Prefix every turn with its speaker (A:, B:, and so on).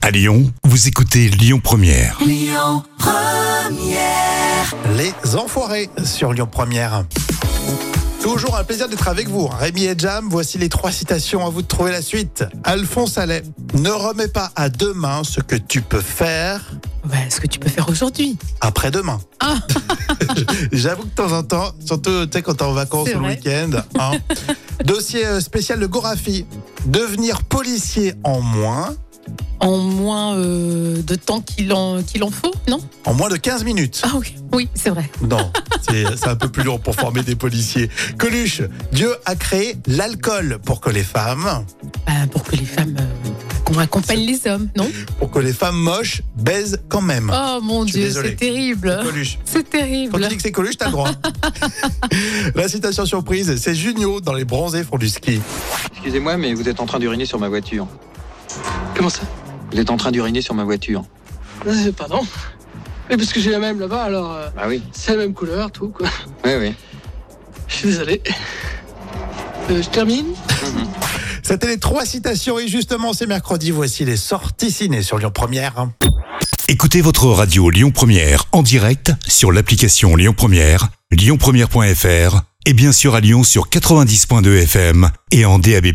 A: À Lyon, vous écoutez Lyon Première.
B: Les Enfoirés sur Lyon Première. Toujours un plaisir d'être avec vous, Rémi et Jam. Voici les trois citations à vous de trouver la suite. Alphonse Allais, ne remets pas à demain ce que tu peux faire
C: Bah, ce que tu peux faire aujourd'hui.
B: après-demain.
C: Ah.
B: J'avoue que de temps en temps, surtout tu sais, quand t'es en vacances
C: C'est
B: au
C: vrai.
B: week-end. hein. Dossier euh, spécial de Gorafi. Devenir policier en moins,
C: En moins euh, de temps qu'il en, qu'il en faut, non
B: en moins de 15 minutes.
C: Ah oui, oui, c'est vrai.
B: Non, c'est c'est un peu plus long pour former des policiers. Coluche, Dieu a créé l'alcool pour que les femmes,
C: Bah, pour que les femmes, euh, qu'on accompagne les hommes, non
B: pour que les femmes moches baisent quand même.
C: Oh mon
B: Je suis
C: Dieu,
B: désolé.
C: c'est terrible.
B: Coluche.
C: C'est
B: Quand tu
C: terrible.
B: dis que c'est Coluche, t'as le droit. La citation surprise, c'est Junio dans les bronzés font du ski.
D: Excusez-moi, mais vous êtes en train d'uriner sur ma voiture.
E: Comment ça
D: Vous êtes en train d'uriner sur ma voiture.
E: Euh, Pardon Mais parce que j'ai la même là-bas, alors euh,
D: Bah oui.
E: c'est la même couleur, tout quoi.
D: Oui, oui.
E: Je suis désolé. Euh, je termine
B: C'était les trois citations et justement, c'est mercredi, voici les sorties ciné sur Lyon Première.
A: Écoutez votre radio Lyon Première en direct sur l'application Lyon Première, lyonpremière.fr et bien sûr à Lyon sur 90.2 FM et en DAB+.